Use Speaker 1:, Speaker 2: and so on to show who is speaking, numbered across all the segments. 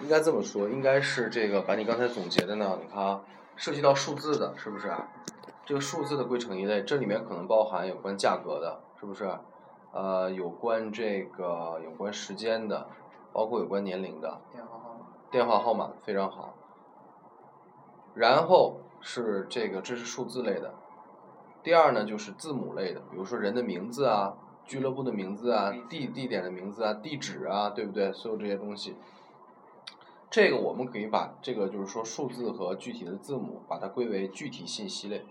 Speaker 1: 应该这么说，应该是这个把你刚才总结的呢，你看啊，涉及到数字的，是不是？这个数字的规程一类，这里面可能包含有关价格的，是不是？呃，有关这个有关时间的，包括有关年龄的，
Speaker 2: 电话号码。
Speaker 1: 电话号码非常好。然后是这个，这是数字类的。第二呢，就是字母类的，比如说人的名字啊、俱乐部的名字啊、地地点的名字啊、地址啊，对不对？所有这些东西，这个我们可以把这个就是说数字和具体的字母，把它归为具体信息类，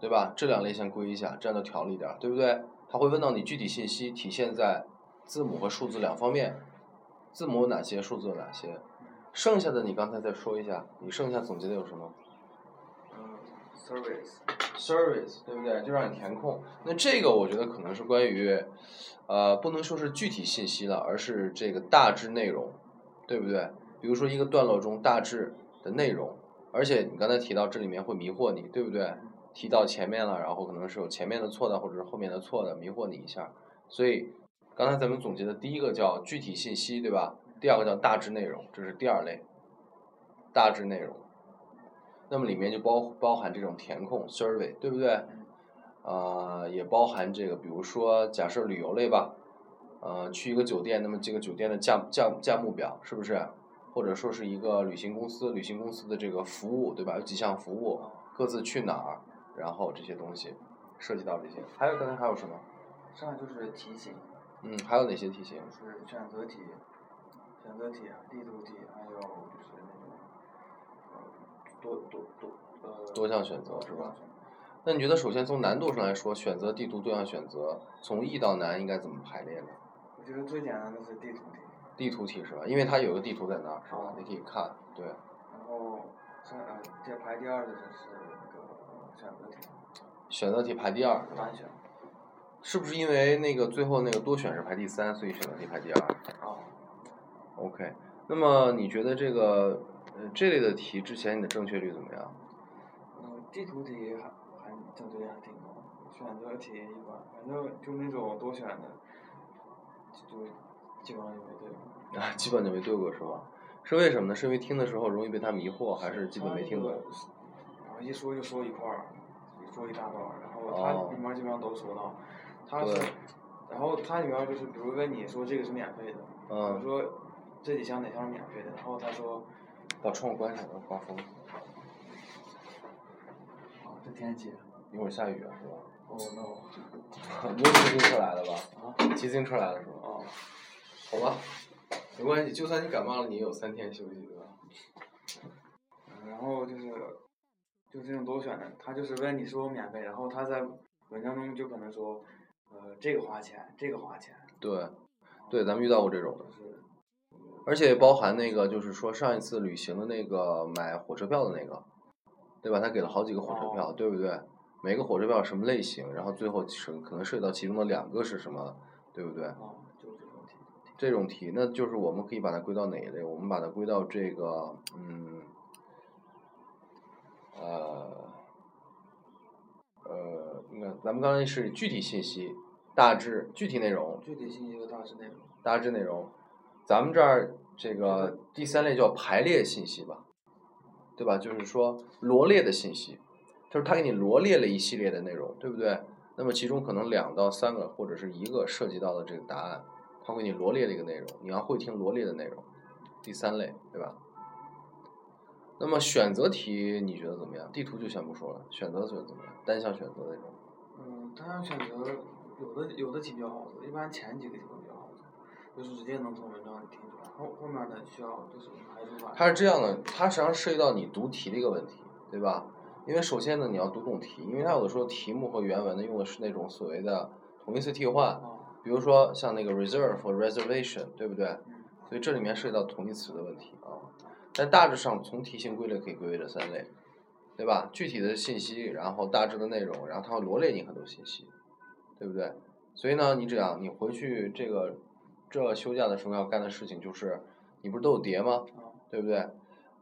Speaker 1: 对吧？这两类先归一下，这样就条理点儿，对不对？它会问到你具体信息体现在字母和数字两方面，字母有哪些，数字有哪些？剩下的你刚才再说一下，你剩下总结的有什么
Speaker 2: 嗯，service。
Speaker 1: ？service 对不对？就让你填空。那这个我觉得可能是关于，呃，不能说是具体信息了，而是这个大致内容，对不对？比如说一个段落中大致的内容，而且你刚才提到这里面会迷惑你，对不对？提到前面了，然后可能是有前面的错的，或者是后面的错的，迷惑你一下。所以刚才咱们总结的第一个叫具体信息，对吧？第二个叫大致内容，这是第二类，大致内容。那么里面就包包含这种填空 survey，对不对？呃，也包含这个，比如说假设旅游类吧，呃，去一个酒店，那么这个酒店的价价价目表是不是？或者说是一个旅行公司，旅行公司的这个服务，对吧？有几项服务，各自去哪儿，然后这些东西涉及到这些。还有刚才还有什么？
Speaker 2: 上来就是题型，
Speaker 1: 嗯，还有哪些题型？
Speaker 2: 就是选择题、选择题、地图题，还有就是那种呃多多多呃
Speaker 1: 多项选择是吧
Speaker 2: 多项选择
Speaker 1: 那你觉得首先从难度上来说，选择地图多项选择从易到难应该怎么排列呢？
Speaker 2: 我觉得最简单的是地图题，
Speaker 1: 地图题是吧？因为它有个地图在那儿是吧？你可以看，对，
Speaker 2: 然后上呃这排第二的就是那个选择题，
Speaker 1: 选择题排第二是吧
Speaker 2: 单？选。
Speaker 1: 是不是因为那个最后那个多选是排第三，所以选择题排第二
Speaker 2: 哦，
Speaker 1: ？OK，那么你觉得这个呃这类的题之前你的正确率怎么样？
Speaker 2: 嗯，地图题还还正确率还挺高，选择题一般，反正就那种多选的，就基本上就没对过。
Speaker 1: 啊，基本就没对过是吧？是为什么呢？是因为听的时候容易被它迷惑，还是基本没
Speaker 2: 啊
Speaker 1: 听懂？
Speaker 2: 然后一说就说一块儿，一说一大段儿，然后它里面基本上都说到，它是
Speaker 1: 哦对，
Speaker 2: 然后它里面就是比如问你说这个是免费的，我
Speaker 1: 嗯，
Speaker 2: 说这几项哪项是免费的，然后他说
Speaker 1: 把窗户关上，刮风，
Speaker 2: 啊这天气，
Speaker 1: 一会儿下雨啊是吧？
Speaker 2: 哦 no，
Speaker 1: 你又骑自行车来了吧？
Speaker 2: 啊
Speaker 1: 骑自行车来了是吧？
Speaker 2: 哦，
Speaker 1: 好吧，没关系，就算你感冒了，你也有三天休息对吧？
Speaker 2: 然后就是就这种多选的，他就是问你说免费，然后他在文章中就可能说，呃这个花钱，这个花钱，
Speaker 1: 对，对，咱们遇到过这种的，
Speaker 2: 就是
Speaker 1: 而且包含那个就是说上一次旅行的那个买火车票的那个，对吧？他给了好几个火车票，对不对？每个火车票什么类型，然后最后是可能涉及到其中的两个是什么，对不对？
Speaker 2: 哦就是这种题，
Speaker 1: 这种题，那就是我们可以把它归到哪一类？我们把它归到这个，嗯，呃，呃，应该咱们刚才是具体信息、大致具体内容、
Speaker 2: 具体信息和大致内容，
Speaker 1: 大致内容，咱们这儿这个第三类叫排列信息吧，对吧？就是说罗列的信息，就是他给你罗列了一系列的内容，对不对？那么其中可能两到三个或者是一个涉及到的这个答案，他会给你罗列这个内容，你要会听罗列的内容，第三类，对吧？那么选择题你觉得怎么样？地图就先不说了，选择觉得怎么样？单项选择那种，
Speaker 2: 嗯，单项选择有的有的题比较好做，一般前几个题都比较好做，就是直接能从文章里听出来，后后面的需要就是排除法。
Speaker 1: 它是这样的，它实际上涉及到你读题的一个问题，对吧？因为首先呢，你要读懂题，因为它有的时候题目和原文呢用的是那种所谓的同义词替换，
Speaker 2: 哦，
Speaker 1: 比如说像那个 reserve 和 reservation，对不对？
Speaker 2: 嗯，
Speaker 1: 所以这里面涉及到同义词的问题啊。但大致上从题型归类可以归为这三类，对吧？具体的信息，然后大致的内容，然后它会罗列你很多信息，对不对？所以呢，你只要你回去这个这休假的时候要干的事情就是，你不是都有碟吗？
Speaker 2: 哦，
Speaker 1: 对不对？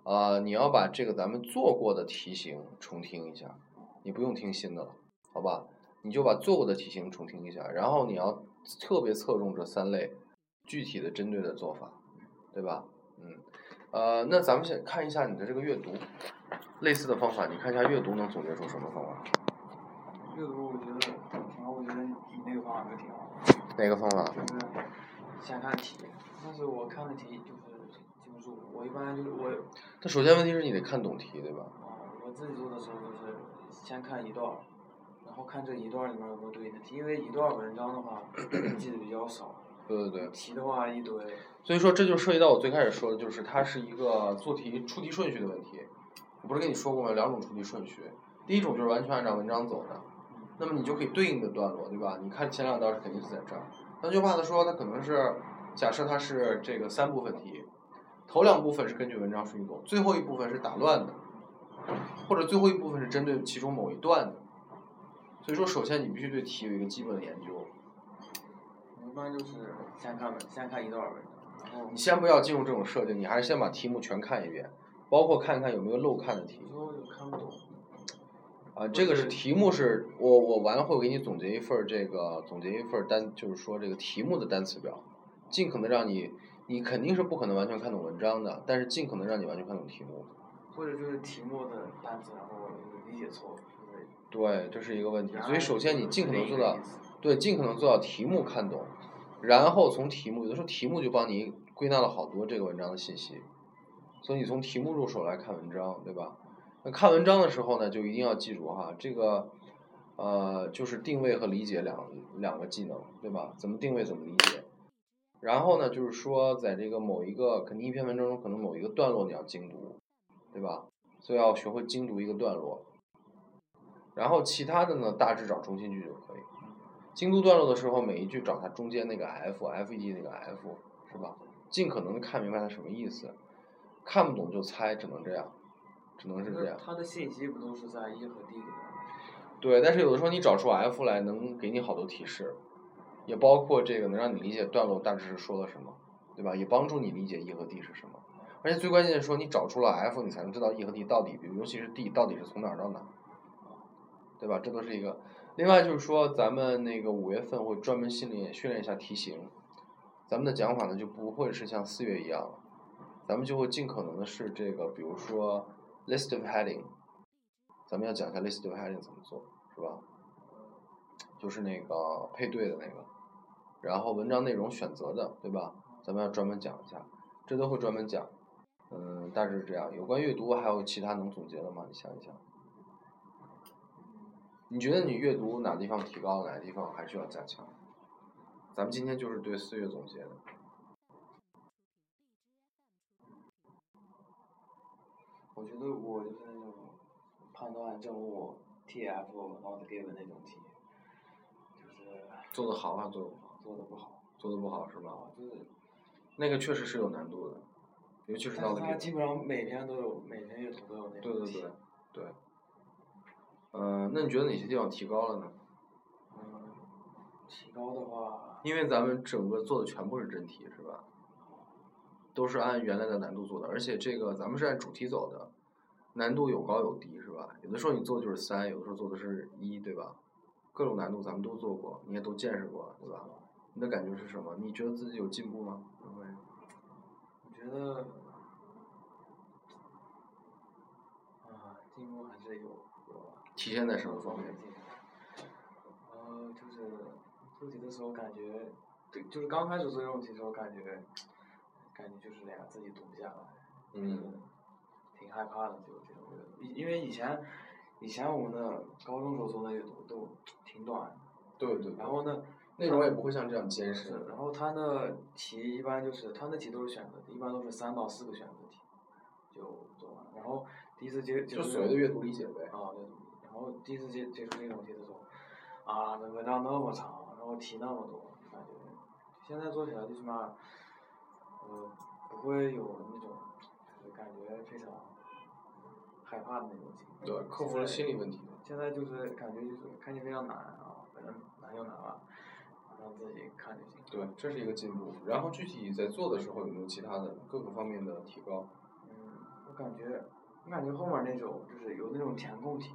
Speaker 1: 啊，你要把这个咱们做过的题型重听一下，你不用听新的了，好吧？你就把做过的题型重听一下，然后你要特别侧重这三类，具体的针对的做法，对吧？嗯，呃，那咱们先看一下你的这个阅读，类似的方法，你看一下阅读能总结出什么方法？
Speaker 2: 阅读我觉得挺好，我觉得你那个方法就挺好，
Speaker 1: 哪个方法？
Speaker 2: 就是先看题，但是我看的题就是记不住，我一般就是我，
Speaker 1: 它首先问题是你得看懂题，对吧？
Speaker 2: 啊，我自己做的时候就是先看一段儿，然后看这一段儿里面有没有对应的题，因为一段儿文章的话记得比较少，
Speaker 1: 对对对。
Speaker 2: 题的话一堆，
Speaker 1: 所以说这就涉及到我最开始说的，就是它是一个做题出题顺序的问题。我不是跟你说过吗？有两种出题顺序，第一种就是完全按照文章走的，那么你就可以对应的段落，对吧？你看前两道是肯定是在这儿，那就怕他说它可能是假设它是这个三部分题，头两部分是根据文章顺序走，最后一部分是打乱的，或者最后一部分是针对其中某一段的。所以说，首先你必须对题有一个基本的研究。
Speaker 2: 我一般就是先看文，先看一段儿文章，然后
Speaker 1: 你先不要进入这种设定，你还是先把题目全看一遍，包括看看有没有漏看的题
Speaker 2: 有时候就看不懂，
Speaker 1: 啊。这个是题目是，我我完了会我给你总结一份儿这个总结一份儿单，就是说这个题目的单词表，尽可能让你，你肯定是不可能完全看懂文章的，但是尽可能让你完全看懂题目。
Speaker 2: 或者就是题目的单词，然后我理解错了，就是
Speaker 1: 对，这是一个问题。
Speaker 2: 然
Speaker 1: 所以
Speaker 2: 后
Speaker 1: 首先你
Speaker 2: 就是
Speaker 1: 尽可
Speaker 2: 另
Speaker 1: 能
Speaker 2: 一
Speaker 1: 做
Speaker 2: 个
Speaker 1: 到
Speaker 2: 意，思
Speaker 1: 对，尽可能做到题目看懂，然后从题目，有的时候题目就帮你归纳了好多这个文章的信息，所以你从题目入手来看文章，对吧？那看文章的时候呢，就一定要记住哈，这个呃，就是定位和理解两两个技能，对吧？怎么定位，怎么理解。然后呢，就是说，在这个某一个肯定一篇文章中，可能某一个段落你要精读，对吧？所以要学会精读一个段落。然后其他的呢，大致找中心句就可以。精读段落的时候，每一句找它中间那个 f f e d 那个 f 是吧？尽可能地看明白它什么意思，看不懂就猜，只能这样，只能是这
Speaker 2: 那
Speaker 1: 样。
Speaker 2: 它的信息不都是在 E 和 D 里面吗？
Speaker 1: 对，但是有的时候你找出 F 来，能给你好多提示，也包括这个能让你理解段落大致是说了什么，对吧？也帮助你理解 E 和 D 是什么。而且最关键是说，你找出了 F，你才能知道 E 和 D 到底，比如尤其是 D 到底是从哪儿到哪儿，对吧？这都是一个。另外就是说，咱们那个五月份会专门训练训练一下题型，咱们的讲法呢就不会是像四月一样了，咱们就会尽可能的是这个，比如说 list of heading，咱们要讲一下 list of heading 怎么做，是吧？就是那个配对的那个，然后文章内容选择的，对吧？咱们要专门讲一下，这都会专门讲。嗯，大致是这样。有关阅读还有其他能总结的吗？你想一想，你觉得你阅读哪地方提高，哪地方还需要加强？咱们今天就是对四月总结的。
Speaker 2: 我觉得我就是那种判断正误 TF 然后 given 那种题，就是
Speaker 1: 做的好还是做的不好？
Speaker 2: 做的不好。
Speaker 1: 做的不好是吧？
Speaker 2: 就是，
Speaker 1: 那个确实是有难度的，尤其是
Speaker 2: 但
Speaker 1: 到
Speaker 2: 是
Speaker 1: 了
Speaker 2: 它
Speaker 1: 这
Speaker 2: 基
Speaker 1: 个。
Speaker 2: 本上每篇都有，每篇阅读都有那
Speaker 1: 对
Speaker 2: 种
Speaker 1: 对
Speaker 2: 题。
Speaker 1: 对对。嗯，那你觉得哪些地方提高了呢？
Speaker 2: 嗯，提高的话，
Speaker 1: 因为咱们整个做的全部是真题，是吧？都是按原来的难度做的，而且这个咱们是按主题走的，难度有高有低，是吧？有的时候你做的就是三，有的时候做的是一，对吧？各种难度咱们都做过，你也都见识过，对吧？你的感觉是什么？你觉得自己有进步吗？不会。
Speaker 2: 我觉得，啊，进步还是有有啊。
Speaker 1: 体现在什么方面？
Speaker 2: 呃，就是做题的时候感觉，对，就是刚开始做这种题的时候感觉，感觉就是那样，自己读不下来，
Speaker 1: 嗯，
Speaker 2: 挺害怕的，就这种阅读，因因为以前，以前我们的高中时候做的阅读都挺短，
Speaker 1: 对对
Speaker 2: 然后呢，
Speaker 1: 内容也不会像这样艰
Speaker 2: 是
Speaker 1: 深。
Speaker 2: 然后他的题一般就是他的题都是选择题，一般都是三到四个选择题就做完，然后第一次接
Speaker 1: 就
Speaker 2: 这
Speaker 1: 所谓的
Speaker 2: 种
Speaker 1: 阅读理解呗。
Speaker 2: 啊，对，然后第一次接接触这种题的时候，啊，那文章那么长，然后题那么多，感觉现在做起来最起码，呃，不会有那种就是感觉非常害怕的那种情况。
Speaker 1: 对，克服了心理问题。
Speaker 2: 现在就是感觉就是看起非常难啊，反正难就难了，让自己看就行。
Speaker 1: 对，这是一个进步。然后具体在做的时候有没有其他的各个方面的提高？
Speaker 2: 嗯，我感觉，我感觉后面那种就是有那种填空题，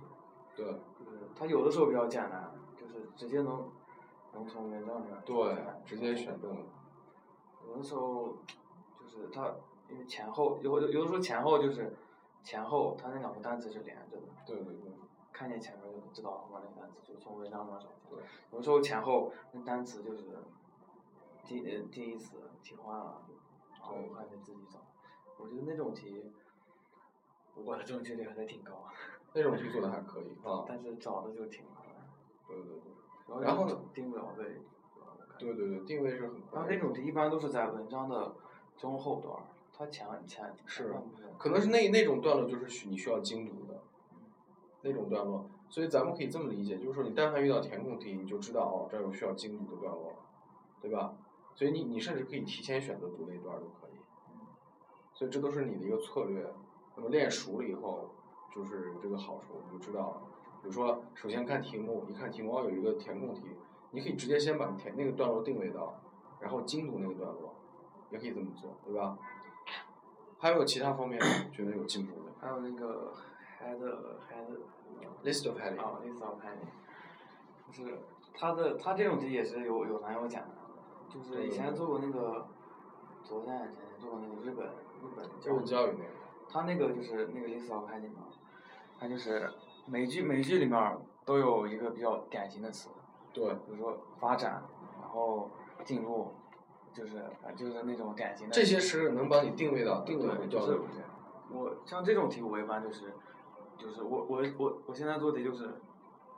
Speaker 1: 对，
Speaker 2: 就是它有的时候比较简单，就是直接能能从文章里面
Speaker 1: 对
Speaker 2: 看，
Speaker 1: 直接选中了。
Speaker 2: 有的时候，就是它因为前后有有有的时候前后就是前后，它那两个单词是连着的，
Speaker 1: 对对对，
Speaker 2: 看见前面就知道后面那个单词，就从文章上找
Speaker 1: 对。
Speaker 2: 有的时候前后那单词就是第呃第一次替换了，然后
Speaker 1: 对
Speaker 2: 还得自己找。我觉得那种题，我的正确率还是挺高，
Speaker 1: 那种题做的还可以啊，
Speaker 2: 但是找的就挺麻烦。
Speaker 1: 对对对。然
Speaker 2: 然
Speaker 1: 后
Speaker 2: 后
Speaker 1: 呢
Speaker 2: 定不了位。
Speaker 1: 对对对，定位是很快。
Speaker 2: 然啊后那种题一般都是在文章的中后段儿，它前前
Speaker 1: 是
Speaker 2: 前半部分
Speaker 1: 可能是那那种段落就是需你需要精读的那种段落，所以咱们可以这么理解，就是说你但凡遇到填空题，你就知道哦，这儿有需要精读的段落，对吧？所以你你甚至可以提前选择读那段儿都可以。所以这都是你的一个策略。那么练熟了以后，就是这个好处，你就知道。比如说，首先看题目，一看题目哦有一个填空题，你可以直接先把填那个段落定位到，然后精读那个段落，也可以这么做，对吧？还有其他方面觉得有进步的
Speaker 2: 还有那个 head head
Speaker 1: ？List of heading，、
Speaker 2: 啊，类似我看你，就是他的他这种题也是有有难有假的，就是以前做过那个，昨天还是前天做过那个日本日本的
Speaker 1: 日本教育那个，
Speaker 2: 他那个就是那个类似我看你嘛，他就是每句每句里面儿都有一个比较典型的词，
Speaker 1: 对，
Speaker 2: 比如说发展，然后进入，就是反正就是那种典型的。
Speaker 1: 这些是能帮你定位到定位
Speaker 2: 对
Speaker 1: 回
Speaker 2: 就
Speaker 1: 段
Speaker 2: 是
Speaker 1: 落里面。
Speaker 2: 我像这种题我一般就是，就是我我我我现在做题就是，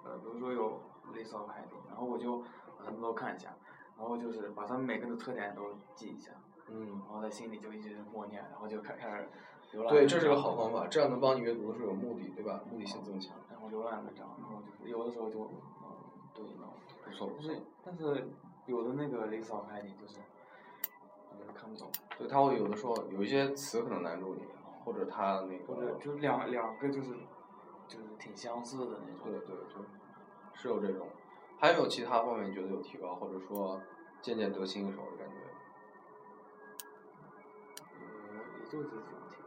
Speaker 2: 呃，比如说有类似的排题，然后我就把它们都看一下，然后就是把它们每个的特点都记一下，
Speaker 1: 嗯
Speaker 2: 然，后在心里就一直默念，然后就开开始浏览。
Speaker 1: 对，这是个好方法，这样能帮你阅读的时候有目的，对吧？目的性增强，
Speaker 2: 然后浏览文章，然后就是有的时候就，嗯，对呢，
Speaker 1: 不错不
Speaker 2: 但
Speaker 1: 错
Speaker 2: 是。但是有的那个类似的排题就是，就是看不懂，
Speaker 1: 对，他会有的时候有一些词可能难住你，或者他那
Speaker 2: 或者
Speaker 1: 个，
Speaker 2: 就是两两个就是，就是挺相似的那
Speaker 1: 对
Speaker 2: 种。
Speaker 1: 对对，是有这种。还有其他方面你觉得有提高，或者说渐渐得心应手的感觉，
Speaker 2: 呃，也就是这种题。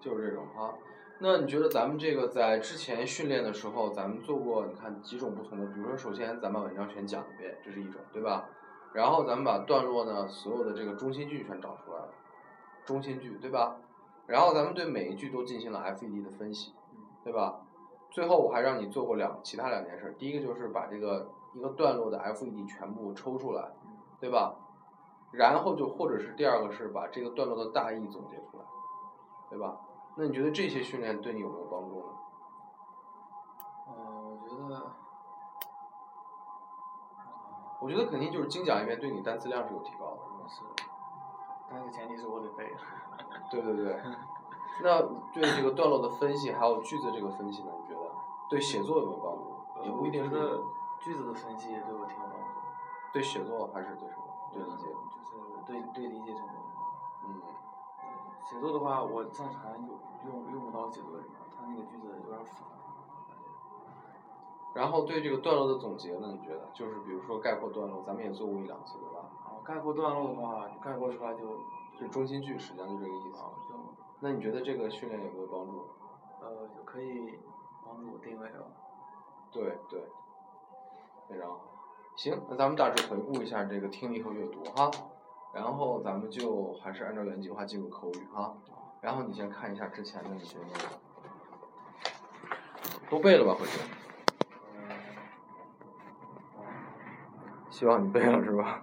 Speaker 1: 就是这种哈。那你觉得咱们这个在之前训练的时候，咱们做过你看几种不同的，比如说首先咱把文章全讲一遍，这是一种，对吧？然后咱们把段落呢所有的这个中心句全找出来了，中心句对吧？然后咱们对每一句都进行了 FED 的分析，
Speaker 2: 嗯
Speaker 1: 对吧？最后我还让你做过两其他两件事，第一个就是把这个一个段落的 FED 全部抽出来，
Speaker 2: 嗯
Speaker 1: 对吧？然后就或者是第二个是把这个段落的大意总结出来，对吧？那你觉得这些训练对你有没有帮助呢？
Speaker 2: 呃，我觉得，
Speaker 1: 我觉得肯定就是精讲一遍，对你单词量是有提高的。
Speaker 2: 嗯，是，但是前提是我得背。
Speaker 1: 对对 对。那对这个段落的分析，还有句子这个分析呢？你觉得对写作有没有帮助？也不一定
Speaker 2: 呃我
Speaker 1: 是
Speaker 2: 觉得句子的分析对我挺有帮助的。
Speaker 1: 对写作还是对什么？对理解。
Speaker 2: 就是对对理解这种。
Speaker 1: 嗯，
Speaker 2: 写作的话，我暂时还用用用不到写作里面，它那个句子有点复杂。
Speaker 1: 然后对这个段落的总结呢？你觉得就是比如说概括段落，咱们也做过一两次，对吧？
Speaker 2: 啊，概括段落的话，概括出来就
Speaker 1: 就是中心句，实际上就这个意思
Speaker 2: 啊。就
Speaker 1: 那你觉得这个训练有没有帮助？
Speaker 2: 呃就可以帮助我定位了。
Speaker 1: 对对，非常好。行，那咱们大致回顾一下这个听力和阅读哈，然后咱们就还是按照原计划进入口语哈。然后你先看一下之前的那些内容，都背了吧？回去，
Speaker 2: 嗯
Speaker 1: 希望你背了是吧？